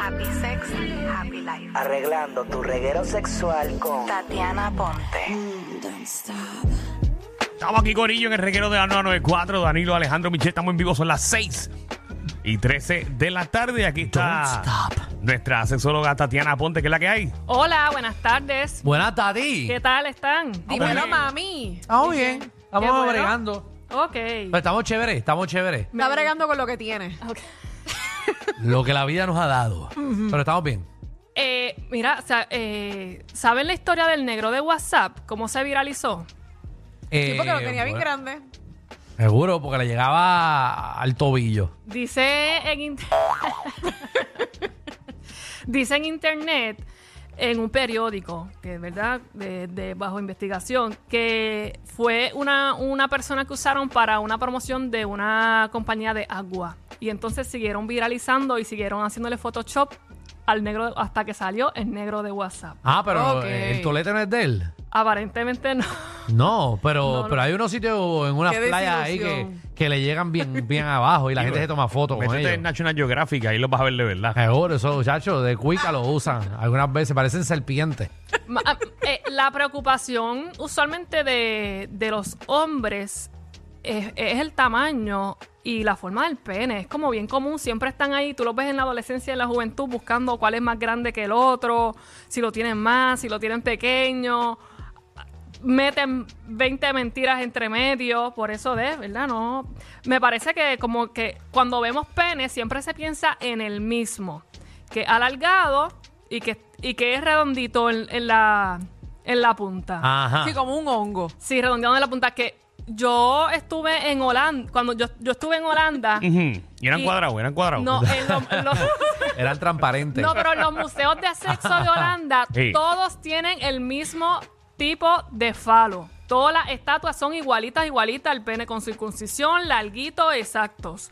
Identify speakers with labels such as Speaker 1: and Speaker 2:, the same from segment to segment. Speaker 1: Happy Sex, Happy Life.
Speaker 2: Arreglando tu reguero sexual con
Speaker 1: Tatiana Ponte.
Speaker 3: Estamos aquí Corillo en el reguero de la 994. Danilo Alejandro Michel, estamos en vivo, son las 6 y 13 de la tarde. Aquí
Speaker 4: Ah.
Speaker 3: está nuestra sexóloga Tatiana Ponte, que es la que hay.
Speaker 5: Hola, buenas tardes.
Speaker 4: Buenas, Tati.
Speaker 5: ¿Qué tal están? Dímelo,
Speaker 3: bien.
Speaker 5: mami.
Speaker 4: Estamos bien. Estamos
Speaker 5: Qué bueno.
Speaker 4: bregando.
Speaker 5: Ok.
Speaker 4: Pero estamos chéveres, estamos chéveres.
Speaker 6: Está bregando con lo que tiene.
Speaker 5: Ok.
Speaker 4: Lo que la vida nos ha dado. Pero estamos bien.
Speaker 5: Eh, mira, o sea, eh, ¿saben la historia del negro de WhatsApp? ¿Cómo se viralizó?
Speaker 6: Sí, porque lo tenía bien
Speaker 4: Eh, bueno,
Speaker 6: grande.
Speaker 4: Seguro, porque le llegaba al tobillo.
Speaker 5: Dice en, inter- Dice en internet, en un periódico, que es verdad, de, de bajo investigación, que fue una, una persona que usaron para una promoción de una compañía de agua. Y entonces siguieron viralizando y siguieron haciéndole Photoshop al negro hasta que salió el negro de WhatsApp.
Speaker 4: Ah, pero
Speaker 6: Ok.
Speaker 4: eh, el tolete no es de él.
Speaker 5: Aparentemente no.
Speaker 4: No, pero,
Speaker 5: No, no.
Speaker 4: pero hay unos sitios en unas
Speaker 6: Qué
Speaker 4: playas ahí que,
Speaker 6: desilusión. pues,
Speaker 4: que le llegan bien, bien abajo y la
Speaker 3: Sí,
Speaker 4: gente
Speaker 3: pero-
Speaker 4: se toma fotos con
Speaker 3: Métete en
Speaker 4: ellos.
Speaker 3: National Geographic, ahí los vas a ver de verdad.
Speaker 4: Seguro, esos muchachos de cuica lo usan algunas veces, parecen serpientes.
Speaker 5: Ma- ah, eh, la preocupación usualmente de, de los hombres es, es el tamaño y la forma del pene. Es como bien común. Siempre están ahí. Tú los ves en la adolescencia y en la juventud buscando cuál es más grande que el otro, si lo tienen más, si lo tienen pequeño. Meten 20 mentiras entre medio, por eso de, ¿verdad? No. Me parece que como que cuando vemos pene siempre se piensa en el mismo, que es alargado y que, y que es redondito en, en la, en la punta.
Speaker 4: Ajá.
Speaker 6: Ah. Sí, como un hongo.
Speaker 5: Sí, redondeando la punta. Que yo estuve en Holanda. Cuando yo, yo estuve en Holanda.
Speaker 3: Ujú. Y eran
Speaker 5: Y-
Speaker 3: cuadrados, eran cuadrados.
Speaker 5: No, en lo- en los-
Speaker 4: Eran transparentes.
Speaker 5: no, pero en los museos de sexo de Holanda,
Speaker 3: Sí.
Speaker 5: todos tienen el mismo tipo de falo. Todas las estatuas son igualitas, igualitas, el pene con circuncisión, larguito, exactos.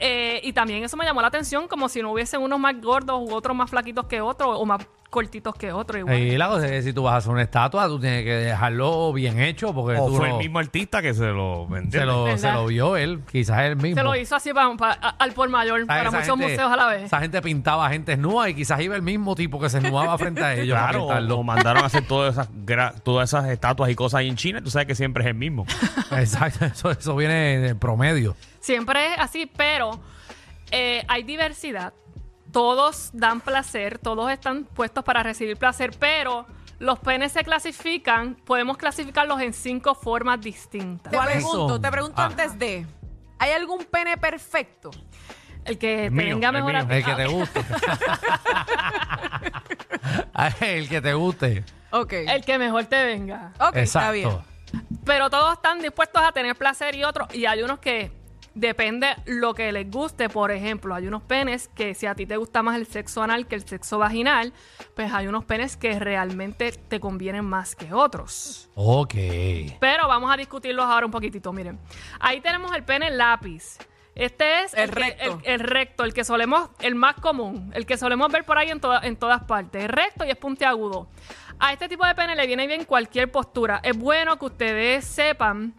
Speaker 5: Eh, y también eso me llamó la atención, como si no hubiesen unos más gordos u otros más flaquitos que otros, o más cortitos que otros. igual.
Speaker 4: Y la cosa es que si tú vas a hacer una estatua, tú tienes que dejarlo bien hecho porque
Speaker 3: o
Speaker 4: tú
Speaker 3: fue
Speaker 4: no-
Speaker 3: el mismo artista que se lo vendió.
Speaker 4: se, lo,
Speaker 5: ¿Verdad?
Speaker 4: se lo vio él, quizás él mismo.
Speaker 5: Se lo hizo así para, para- al por
Speaker 4: ¿Sabes?
Speaker 5: mayor, para
Speaker 4: Esa
Speaker 5: muchos
Speaker 4: gente-
Speaker 5: museos a la vez.
Speaker 4: Esa gente pintaba gente desnuda y quizás iba el mismo tipo que se desnudaba frente a ellos. a
Speaker 3: Claro,
Speaker 4: pintarlo.
Speaker 3: lo mandaron a hacer todas esas, gra- todas esas estatuas y cosas ahí en China. Tú sabes que siempre es el mismo.
Speaker 4: Exacto, eso, eso viene del promedio.
Speaker 5: Siempre es así, pero eh, hay diversidad. Todos dan placer, todos están puestos para recibir placer, pero los penes se clasifican, podemos clasificarlos en cinco formas distintas.
Speaker 6: Te
Speaker 4: ¿Cuál es
Speaker 6: pregunto,
Speaker 4: eso?
Speaker 6: te pregunto
Speaker 4: Ah.
Speaker 6: antes de. ¿Hay algún pene perfecto?
Speaker 5: El que
Speaker 3: El mío,
Speaker 5: tenga
Speaker 3: el
Speaker 5: mejor
Speaker 3: mío.
Speaker 5: actitud-
Speaker 4: El que te guste. el que te guste.
Speaker 6: Ok.
Speaker 5: Ah, el que mejor te venga.
Speaker 6: ok, está bien.
Speaker 4: Exacto.
Speaker 5: Pero todos están dispuestos a tener placer y otros. Y hay unos que depende lo que les guste. Por ejemplo, hay unos penes que si a ti te gusta más el sexo anal que el sexo vaginal, pues hay unos penes que realmente te convienen más que otros.
Speaker 4: Ok.
Speaker 5: Pero vamos a discutirlos ahora un poquitito. Miren, ahí tenemos el pene lápiz. Este es
Speaker 6: El
Speaker 5: que-
Speaker 6: recto.
Speaker 5: el, el recto, el que solemos, el más común, el que solemos ver por ahí en, toda- en todas partes. Es recto y es puntiagudo. A este tipo de pene le viene bien cualquier postura. Es bueno que ustedes sepan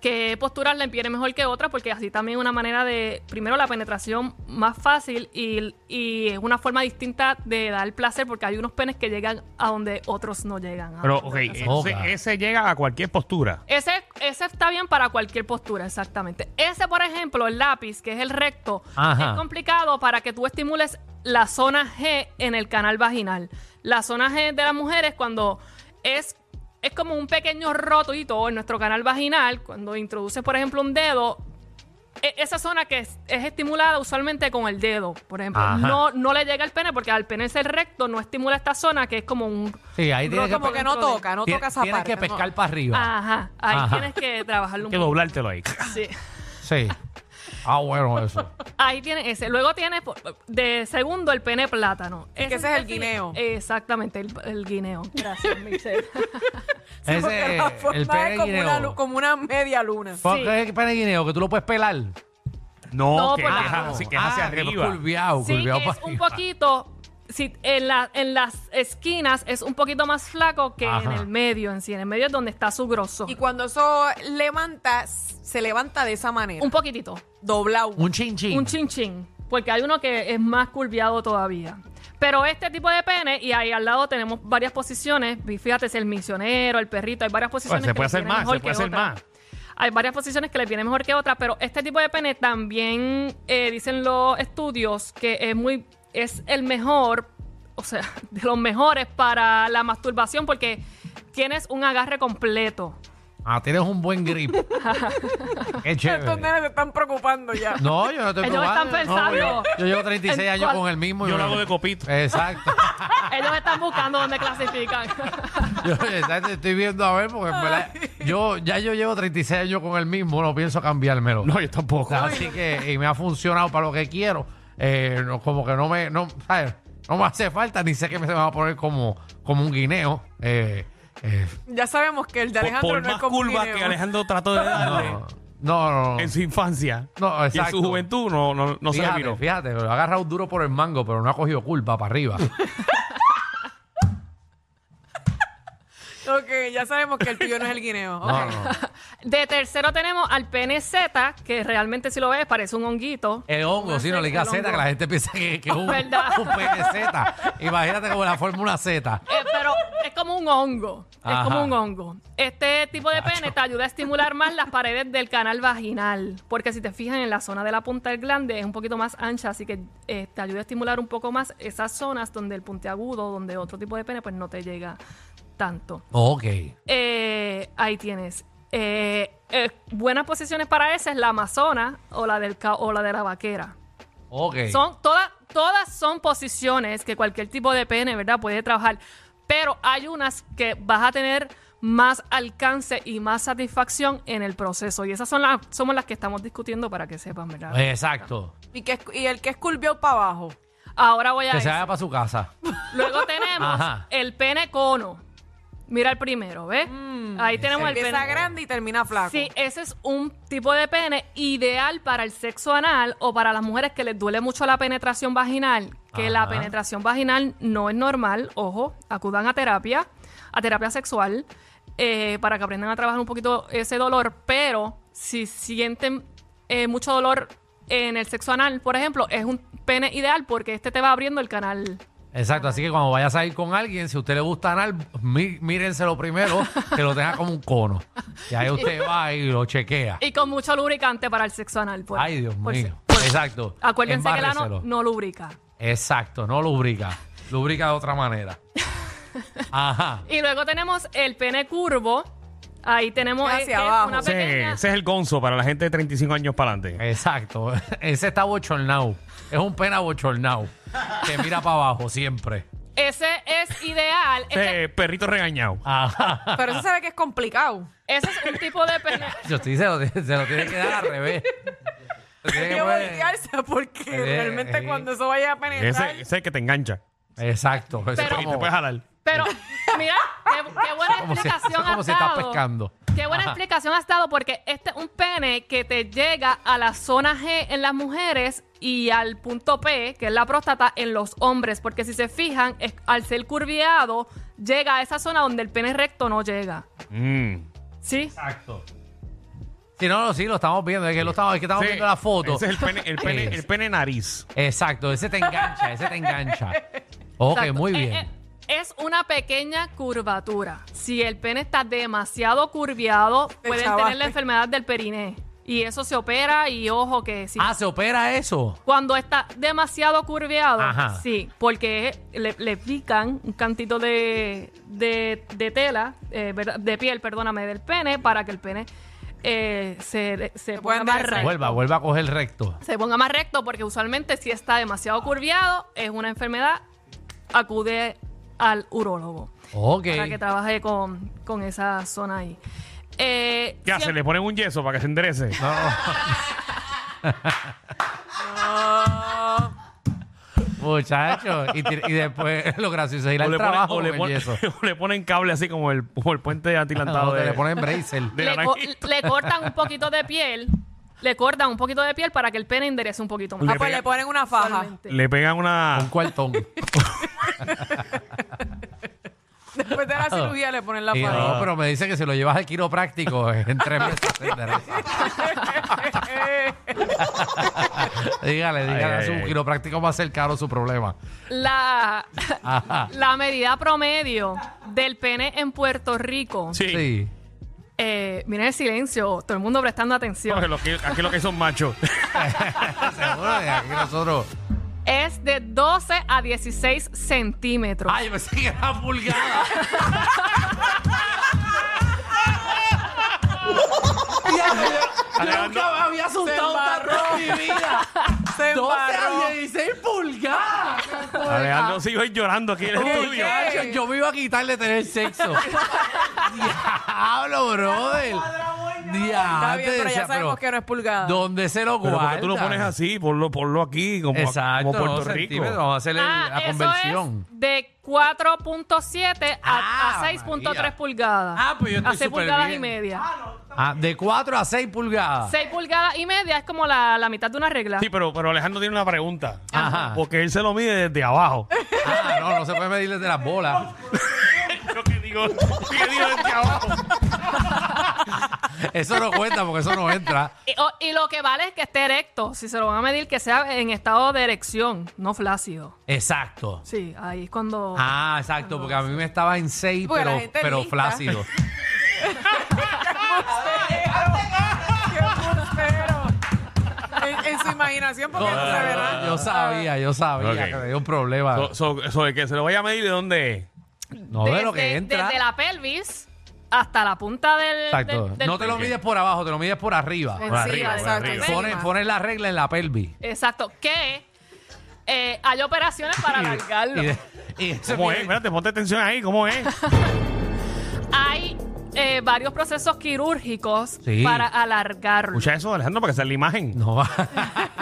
Speaker 5: que posturas le viene mejor que otras porque así también es una manera de, primero, la penetración más fácil y, y es una forma distinta de dar placer porque hay unos penes que llegan a donde otros no llegan.
Speaker 3: Pero, ok, entonces
Speaker 4: Oca.
Speaker 3: ese llega a cualquier postura.
Speaker 5: Ese, ese está bien para cualquier postura, exactamente. Ese, por ejemplo, el lápiz, que es el recto,
Speaker 4: Ajá.
Speaker 5: es complicado para que tú estimules la zona G en el canal vaginal. La zona G de las mujeres cuando es, es como un pequeño rotito en nuestro canal vaginal, cuando introduces, por ejemplo, un dedo, e- esa zona que es, es estimulada usualmente con el dedo, por ejemplo,
Speaker 4: Ajá.
Speaker 5: no, no le llega al pene porque al pene es el recto, no estimula esta zona que es como un...
Speaker 4: Sí, ahí
Speaker 6: No,
Speaker 4: tienes
Speaker 6: como
Speaker 4: que,
Speaker 6: que no
Speaker 5: dentro de-
Speaker 6: toca, no
Speaker 4: tien-
Speaker 6: toca esa
Speaker 4: tienes
Speaker 6: parte.
Speaker 4: que pescar
Speaker 6: no. Ah.
Speaker 4: para arriba.
Speaker 5: Ajá, ahí
Speaker 4: Ajá.
Speaker 5: tienes que trabajarlo
Speaker 3: Hay
Speaker 5: un
Speaker 3: que
Speaker 5: poco.
Speaker 3: doblártelo ahí.
Speaker 5: Sí.
Speaker 4: Sí. Ah, bueno, eso.
Speaker 5: Ahí tiene ese. Luego tiene por- de segundo el pene plátano.
Speaker 6: que ese es el guineo.
Speaker 5: Exactamente, el, el guineo. Gracias, Michelle.
Speaker 6: Sí, porque
Speaker 4: Ese,
Speaker 6: la forma
Speaker 4: el pene
Speaker 6: es como una,
Speaker 4: guineo.
Speaker 6: lu- como una media luna.
Speaker 4: Porque es el pene guineo que tú lo puedes pelar.
Speaker 3: No,
Speaker 5: No,
Speaker 3: que,
Speaker 5: por
Speaker 3: que
Speaker 5: la-
Speaker 3: es
Speaker 5: Ah,
Speaker 3: así, que es hacia
Speaker 4: Ah, que
Speaker 3: arriba.
Speaker 4: Curviado,
Speaker 5: sí,
Speaker 4: curviado
Speaker 5: es
Speaker 4: para
Speaker 5: un
Speaker 4: arriba.
Speaker 5: poquito. Sí, en, la- en las esquinas es un poquito más flaco que
Speaker 4: Ajá.
Speaker 5: en el medio en sí. En el medio es donde está su grosso.
Speaker 6: Y cuando eso levanta, s- se levanta de esa manera.
Speaker 5: Un poquitito.
Speaker 6: doblado.
Speaker 4: Un chin chin.
Speaker 5: Un chinchín. porque hay uno que es más curviado todavía. Pero este tipo de pene, y ahí al lado tenemos varias posiciones, y fíjate, es el misionero, el perrito, hay varias posiciones
Speaker 3: Pues, se
Speaker 5: que le
Speaker 3: puede hacer
Speaker 5: vienen
Speaker 3: más,
Speaker 5: mejor
Speaker 3: se puede
Speaker 5: que
Speaker 3: hacer
Speaker 5: otras.
Speaker 3: más.
Speaker 5: Hay varias posiciones que le viene mejor que otras, pero este tipo de pene también eh, dicen los estudios que es muy es el mejor, o sea, de los mejores para la masturbación porque tienes un agarre completo.
Speaker 4: Ah, tienes un buen grip. Qué
Speaker 6: Estos
Speaker 4: chévere.
Speaker 6: nenes se están preocupando ya.
Speaker 4: No, yo no estoy
Speaker 5: Ellos están
Speaker 4: probando.
Speaker 5: pensando.
Speaker 4: yo, yo llevo 36
Speaker 5: ¿En
Speaker 4: años
Speaker 5: cuál?
Speaker 4: con el mismo. y
Speaker 3: Yo
Speaker 4: me-
Speaker 3: lo hago de copito.
Speaker 4: Exacto.
Speaker 5: Ellos están buscando dónde clasifican.
Speaker 4: Yo exacto, estoy viendo a ver porque en verdad, yo ya yo llevo 36 años con el mismo, no pienso cambiármelo.
Speaker 3: No, yo tampoco.
Speaker 4: Así que y me ha funcionado para lo que quiero. Eh, no, como que no me no, ¿sabes? no me hace falta ni sé que me se me va a poner como, como un guineo. Eh, eh,
Speaker 6: Ya sabemos que el de
Speaker 3: Por-
Speaker 6: Alejandro
Speaker 3: por
Speaker 6: no es
Speaker 3: más
Speaker 6: como un
Speaker 3: curva
Speaker 6: guineo.
Speaker 3: que Alejandro trató de darle
Speaker 4: no, no, no.
Speaker 3: en su infancia
Speaker 4: No,
Speaker 3: y en
Speaker 4: exacto.
Speaker 3: su juventud no, no, no se le
Speaker 4: Fíjate,
Speaker 3: miró.
Speaker 4: fíjate, lo ha agarrado duro por el mango, pero no ha cogido culpa para arriba.
Speaker 6: Ok, ya sabemos que el tuyo no es el guineo. Ok.
Speaker 4: No, no.
Speaker 5: De tercero tenemos al pene Z, que realmente si lo ves parece un honguito.
Speaker 4: El hongo, sí, no le digas
Speaker 6: El
Speaker 4: Z,
Speaker 6: hongo.
Speaker 4: que la gente piensa que, que es un,
Speaker 5: ¿Verdad?
Speaker 4: un PNZ. Imagínate como la fórmula Z.
Speaker 5: Eh, pero es como un hongo.
Speaker 4: Ajá.
Speaker 5: Es como un hongo. Este tipo de pene te ayuda a estimular más las paredes del canal vaginal. Porque si te fijas en la zona de la punta del glande es un poquito más ancha, así que eh, te ayuda a estimular un poco más esas zonas donde el puntiagudo, donde otro tipo de pene, pues no te llega tanto.
Speaker 4: Ok.
Speaker 5: Eh, ahí tienes. Eh, eh, buenas posiciones para esa es la amazona o la, del, ca- o la de la vaquera.
Speaker 4: Ok.
Speaker 5: Son todas, todas son posiciones que cualquier tipo de pene, ¿verdad? Puede trabajar. Pero hay unas que vas a tener más alcance y más satisfacción en el proceso. Y esas son las, somos las que estamos discutiendo para que sepan, ¿verdad?
Speaker 4: Exacto.
Speaker 6: Y, que es- y el que es curviado para abajo.
Speaker 5: Ahora voy a
Speaker 4: Que se
Speaker 5: ese.
Speaker 4: vaya para su casa.
Speaker 5: Luego tenemos
Speaker 4: Ajá.
Speaker 5: el pene cono. Mira el primero, ¿ves? Ahí tenemos el
Speaker 6: Que
Speaker 5: pene.
Speaker 6: está grande y termina flaco.
Speaker 5: Sí, ese es un tipo de pene ideal para el sexo anal o para las mujeres que les duele mucho la penetración vaginal, que la
Speaker 4: Ajá.
Speaker 5: penetración vaginal no es normal, ojo, acudan a terapia, a terapia sexual, eh, para que aprendan a trabajar un poquito ese dolor, pero si sienten eh, mucho dolor en el sexo anal, por ejemplo, es un pene ideal porque este te va abriendo el canal.
Speaker 4: Exacto. Así que cuando vayas a ir con alguien, si a usted le gusta anal, mí- mírenselo primero, que lo tenga como un cono. Y ahí usted va y lo chequea.
Speaker 5: Y con mucho lubricante para el sexo anal. por-
Speaker 4: Ay, Dios
Speaker 5: por-
Speaker 4: mío.
Speaker 5: por-
Speaker 4: Exacto.
Speaker 5: Acuérdense que el ano
Speaker 4: Embárreselo.
Speaker 5: no lubrica.
Speaker 4: Exacto. No lubrica. Lubrica de otra manera. Ajá.
Speaker 5: Y luego tenemos el pene curvo. Ahí tenemos
Speaker 6: Hacia
Speaker 5: eh, que es
Speaker 6: abajo.
Speaker 5: una
Speaker 3: Ese,
Speaker 5: pequeña.
Speaker 3: ese es el gonzo para la gente de 35 años para
Speaker 4: Eh.
Speaker 3: adelante.
Speaker 4: Exacto. Ese está bochornado. Es un pena bochornado. Que mira para abajo siempre.
Speaker 5: Ese es ideal. Este-
Speaker 3: Ese perrito regañado.
Speaker 4: Ajá.
Speaker 6: Pero eso se ve que es complicado.
Speaker 5: ese es un tipo de pene.
Speaker 4: Yo estoy, se, lo, se lo tiene que dar al revés. Se tiene
Speaker 6: Hay
Speaker 4: que
Speaker 6: que
Speaker 4: poner-
Speaker 6: voltearse porque
Speaker 4: Eh,
Speaker 6: realmente
Speaker 4: eh.
Speaker 6: cuando eso vaya a penetrar. ah,
Speaker 3: Ese, ese que te engancha.
Speaker 4: Exacto. Es
Speaker 5: Pero-
Speaker 3: Y te puedes jalar.
Speaker 5: Pero, mira, qué, qué buena
Speaker 4: como si-
Speaker 5: explicación
Speaker 4: eso es como
Speaker 5: has
Speaker 4: si estás
Speaker 5: dado.
Speaker 4: pescando.
Speaker 5: Qué buena
Speaker 4: Ajá.
Speaker 5: explicación has dado, porque este es un pene que te llega a la zona G en las mujeres y al punto P, que es la próstata, en los hombres. Porque si se fijan, es- al ser curviado, llega a esa zona donde el pene recto no llega.
Speaker 3: Mm.
Speaker 5: ¿Sí?
Speaker 4: Exacto. Sí, no, no, sí, lo estamos viendo. Es que, lo estamos, es que estamos
Speaker 3: Ese-
Speaker 4: viendo la foto.
Speaker 3: Ese es el pene, el pene, el pene nariz.
Speaker 4: Exacto, ese te engancha, ese te engancha. Ok,
Speaker 5: Exacto.
Speaker 4: muy
Speaker 5: Eh,
Speaker 4: bien.
Speaker 5: eh, es una pequeña curvatura. Si el pene está demasiado curviado, pueden tener
Speaker 6: chavaste.
Speaker 5: la enfermedad del periné. Y eso se opera y ojo que sí.
Speaker 4: Ah, ¿se opera eso?
Speaker 5: Cuando está demasiado curviado,
Speaker 4: Ajá.
Speaker 5: sí, porque le, le pican un cantito de, de, de tela, eh, verdad, de piel, perdóname, del pene, para que el pene eh, se, se
Speaker 6: pueda
Speaker 5: ponga más
Speaker 6: enderezar.
Speaker 5: recto
Speaker 4: Vuelva, vuelva a coger recto.
Speaker 5: se ponga más recto, porque usualmente si está demasiado curviado, es una enfermedad, acude al urólogo
Speaker 4: Ok.
Speaker 5: para que trabaje con, con esa zona ahí. Eh,
Speaker 3: ¿Qué hace?
Speaker 5: siempre-
Speaker 3: ¿Le ponen un yeso para que se enderece?
Speaker 4: No, no.
Speaker 6: No.
Speaker 4: Muchachos, y, tira- y después lo gracioso es ir
Speaker 3: ¿O
Speaker 4: al
Speaker 3: le, ponen,
Speaker 4: trabajo
Speaker 3: o le
Speaker 4: con el
Speaker 3: ponen-
Speaker 4: yeso.
Speaker 3: o le ponen cable así como el, como el puente atilantado
Speaker 4: No,
Speaker 3: de,
Speaker 4: te le ponen bracer.
Speaker 3: de la
Speaker 5: le, co-
Speaker 3: nariz.
Speaker 5: le cortan un poquito de piel, le cortan un poquito de piel para que el pene enderece un poquito más.
Speaker 6: Ah, pues le ponen una faja.
Speaker 5: Usualmente.
Speaker 3: Le pegan una...
Speaker 4: Un cuartón.
Speaker 6: Después de la cirugía le ponen la
Speaker 4: Y
Speaker 6: faja.
Speaker 4: no, pero me dice que si lo llevas al quiropráctico eh, en tres meses te endereza.
Speaker 6: Eh,
Speaker 4: dígale, dígale
Speaker 3: Ay,
Speaker 4: a su
Speaker 3: ay, ay.
Speaker 4: quiropráctico va a ser caro su problema.
Speaker 5: La,
Speaker 4: Ajá.
Speaker 5: la medida promedio del pene en Puerto Rico.
Speaker 3: Sí.
Speaker 4: Sí.
Speaker 5: Eh, miren el silencio, todo el mundo prestando
Speaker 3: Porque
Speaker 5: atención.
Speaker 3: los que, aquí lo que son machos.
Speaker 4: Seguro de aquí nosotros.
Speaker 5: Es de 12 a 16 centímetros.
Speaker 4: Ay, me sigue la pulgada. Diablo, yo- yo
Speaker 3: Alejandro-
Speaker 4: nunca me había asustado tanto en mi vida.
Speaker 6: Se
Speaker 4: 12
Speaker 6: embarró.
Speaker 4: a 16 pulgadas.
Speaker 3: Alejandro sigo llorando aquí en el estudio.
Speaker 4: Muchacho, yo me iba a quitarle tener sexo. Diablo, brother. Ah,
Speaker 6: Está bien, pero
Speaker 4: Diablo,
Speaker 6: ya sabemos que no es pulgada.
Speaker 4: ¿Dónde se lo
Speaker 3: Pero
Speaker 4: guarda?
Speaker 3: porque tú lo pones así, ponlo, ponlo aquí, como,
Speaker 4: Exacto,
Speaker 3: como Puerto
Speaker 4: no,
Speaker 3: Rico.
Speaker 4: centímetros, Vamos a hacer el-
Speaker 5: Ah,
Speaker 4: la
Speaker 5: eso
Speaker 4: conversión.
Speaker 5: es de 4.7 a,
Speaker 4: Ah,
Speaker 5: a 6.3
Speaker 4: María.
Speaker 5: pulgadas.
Speaker 4: Ah, pues yo estoy
Speaker 5: A 6
Speaker 4: súper
Speaker 5: pulgadas
Speaker 4: bien.
Speaker 5: y media.
Speaker 4: Ah, de 4 a 6 pulgadas.
Speaker 5: 6 pulgadas y media es como la, la mitad de una regla.
Speaker 3: Sí, pero, pero Alejandro tiene una pregunta.
Speaker 4: Ajá.
Speaker 3: Porque él se lo mide desde abajo.
Speaker 4: Ah, no, no se puede medir desde las bolas.
Speaker 3: yo que digo, yo que digo desde abajo.
Speaker 4: Eso no cuenta porque eso no entra.
Speaker 5: Y, o- y lo que vale es que esté erecto. Si se lo van a medir, que sea en estado de erección, no flácido.
Speaker 4: Exacto.
Speaker 5: Sí, ahí es cuando.
Speaker 4: Ah, exacto, porque a mí me estaba en 6,
Speaker 5: Pues
Speaker 6: Porque la
Speaker 4: pero,
Speaker 6: gente es
Speaker 4: pero
Speaker 6: lista.
Speaker 4: flácido.
Speaker 6: ¡Qué embustero! En, en su imaginación, porque no se verá.
Speaker 4: Yo sabía, yo sabía
Speaker 3: Ok.
Speaker 4: que había un problema.
Speaker 3: So- so- so de que se lo vaya a medir de dónde es.
Speaker 4: no de lo que entra.
Speaker 5: Desde la pelvis hasta la punta del.
Speaker 4: Exacto.
Speaker 5: del- del
Speaker 4: no te lo
Speaker 5: pene.
Speaker 4: mides por abajo, te lo mides por
Speaker 6: ah,
Speaker 4: arriba.
Speaker 5: Encima,
Speaker 3: Por arriba, por
Speaker 5: exacto,
Speaker 3: arriba.
Speaker 5: encima.
Speaker 4: Pones, pones la regla en la pelvis.
Speaker 5: Exacto. Que eh, hay operaciones para alargarlo.
Speaker 4: Y de- y eso
Speaker 3: ¿Cómo
Speaker 4: es
Speaker 3: es?
Speaker 4: bien-
Speaker 3: Espérate, ponte atención ahí, ¿cómo es?
Speaker 5: Hay eh, varios procesos quirúrgicos
Speaker 4: Sí.
Speaker 5: para alargarlo.
Speaker 3: Escucha eso, Alejandro, para que sea la imagen.
Speaker 4: No,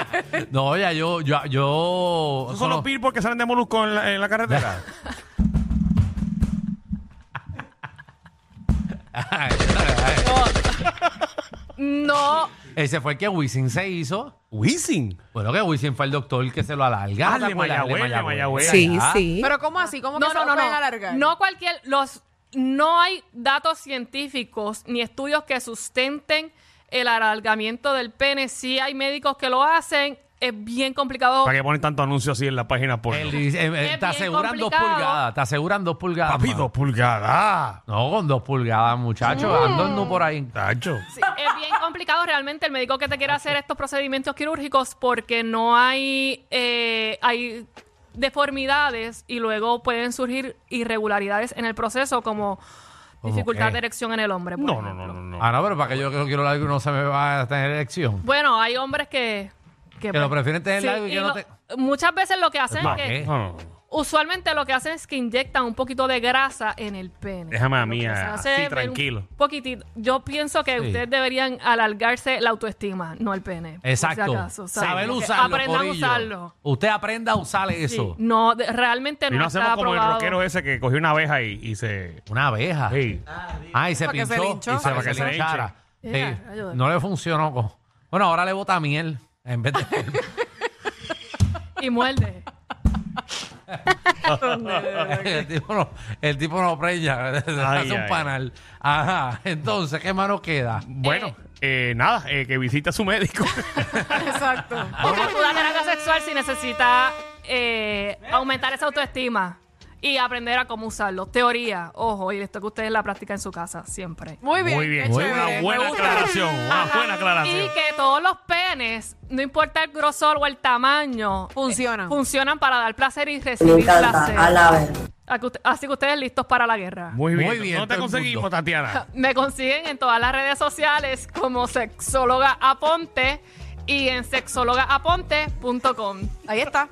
Speaker 4: no, ya yo, yo, yo
Speaker 3: ¿Esos son los
Speaker 4: cono-
Speaker 3: people que salen de Molusco en la, en la carretera?
Speaker 4: Ay, ay, ay.
Speaker 5: No,
Speaker 4: Ese fue el que Wisin se hizo.
Speaker 3: Wisin.
Speaker 4: Bueno, que Wisin fue el doctor que se lo alarga.
Speaker 3: Ah,
Speaker 4: ¿te
Speaker 3: el de
Speaker 4: acuerdas?
Speaker 3: Mayagüez, el de Mayagüez.
Speaker 4: Sí, sí.
Speaker 6: Pero ¿cómo así? ¿Cómo que
Speaker 5: no,
Speaker 6: se
Speaker 5: no,
Speaker 6: lo
Speaker 5: no,
Speaker 6: pueden
Speaker 5: no.
Speaker 6: alargar?
Speaker 5: No cualquier los no hay datos científicos ni estudios que sustenten el alargamiento del pene. Sí hay médicos que lo hacen. Es bien complicado.
Speaker 3: ¿Para que ponen tanto anuncio así en la página por
Speaker 4: Él dice, eh, eh, te
Speaker 5: Es bien
Speaker 4: aseguran dos
Speaker 5: complicado.
Speaker 4: pulgadas, te aseguran dos pulgadas.
Speaker 3: Papi,
Speaker 4: más.
Speaker 3: dos pulgadas,
Speaker 4: No, con dos pulgadas, muchachos.
Speaker 5: Mm.
Speaker 4: Ando en nu por ahí.
Speaker 3: tacho.
Speaker 5: Sí, es bien complicado realmente el médico que te quiera hacer estos procedimientos quirúrgicos porque no hay, eh, hay deformidades y luego pueden surgir irregularidades en el proceso como
Speaker 4: ¿Cómo
Speaker 5: dificultad
Speaker 4: qué?
Speaker 5: de erección en el hombre. por
Speaker 3: No, no, no,
Speaker 5: ejemplo.
Speaker 3: no. no.
Speaker 4: Ah, no, pero para que yo que no quiero largo y no se me va a tener elección.
Speaker 5: Bueno, hay hombres que... pues,
Speaker 4: Que lo prefieren tener largo y que no
Speaker 5: lo-
Speaker 4: te-
Speaker 5: Muchas veces lo que hacen
Speaker 4: ¿Para
Speaker 5: es
Speaker 4: qué?
Speaker 5: que...
Speaker 3: Ah, ¿eh? No, no, no.
Speaker 5: Usualmente lo que hacen es que inyectan un poquito de grasa en el pene.
Speaker 3: Déjame a
Speaker 5: Lo que
Speaker 3: mí
Speaker 5: se
Speaker 3: así,
Speaker 5: hace es ver
Speaker 3: tranquilo.
Speaker 5: Un poquitito. Yo pienso que
Speaker 4: Sí.
Speaker 5: ustedes deberían alargarse la autoestima, no el pene. por si
Speaker 4: Exacto.
Speaker 5: acaso, ¿sabes?
Speaker 4: Saber
Speaker 5: Como que
Speaker 4: usarlo.
Speaker 5: Aprendan
Speaker 4: corillo.
Speaker 5: a usarlo.
Speaker 4: Usted aprenda a usar
Speaker 5: Sí,
Speaker 4: eso.
Speaker 5: No, de- realmente
Speaker 3: Y
Speaker 5: no,
Speaker 3: no
Speaker 5: está
Speaker 3: hacemos como el
Speaker 5: aprobado.
Speaker 3: rockero ese que cogió una abeja y, y se...
Speaker 4: Una abeja.
Speaker 3: Sí.
Speaker 4: Ah, y se
Speaker 6: Para que se
Speaker 4: pinchó.
Speaker 6: linchó.
Speaker 4: y se,
Speaker 6: Para
Speaker 4: para
Speaker 3: que
Speaker 4: que
Speaker 3: se
Speaker 4: se hinchara.
Speaker 5: linche.
Speaker 4: Sí.
Speaker 5: Ya, ayuda.
Speaker 4: No le funcionó. co- Bueno, ahora le bota miel. En vez de.
Speaker 5: Y muerde.
Speaker 4: el, tipo no, el tipo no preña.
Speaker 3: Ay,
Speaker 4: hace
Speaker 3: ay.
Speaker 4: un panal. Ajá. Entonces, ¿qué mano queda?
Speaker 3: Bueno, eh, nada, eh, que visita a su médico.
Speaker 6: Exacto.
Speaker 5: Porque tú la terapia sexual si necesita eh, aumentar esa autoestima y aprender a cómo usarlo. Teoría, ojo, y esto que ustedes la practican en su casa siempre.
Speaker 6: Muy bien.
Speaker 3: Muy bien,
Speaker 6: qué
Speaker 3: muy
Speaker 6: chévere,
Speaker 3: una
Speaker 6: me
Speaker 3: buena
Speaker 6: gusta.
Speaker 3: aclaración, Ah, una buena
Speaker 5: Y
Speaker 3: aclaración.
Speaker 5: que todos los penes, no importa el grosor o el tamaño, eh,
Speaker 6: Funcionan.
Speaker 5: funcionan para dar placer y
Speaker 7: Me
Speaker 5: recibir
Speaker 7: encanta,
Speaker 5: placer.
Speaker 7: a la vez.
Speaker 5: A que usted- Así que ustedes listos para la guerra.
Speaker 3: Muy bien.
Speaker 4: Muy bien,
Speaker 3: ¿Dónde te
Speaker 4: todo el
Speaker 3: conseguimos,
Speaker 4: mundo.
Speaker 3: Tatiana?
Speaker 5: Me consiguen en todas las redes sociales como sexóloga aponte y en sexólogaaponte.com.
Speaker 6: Ahí está.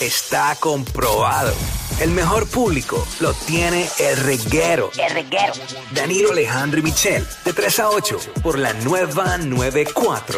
Speaker 2: Está comprobado. El mejor público lo tiene el reguero.
Speaker 7: El reguero.
Speaker 2: Danilo Alejandro y Michel, de 3 a 8, por la nueva 94.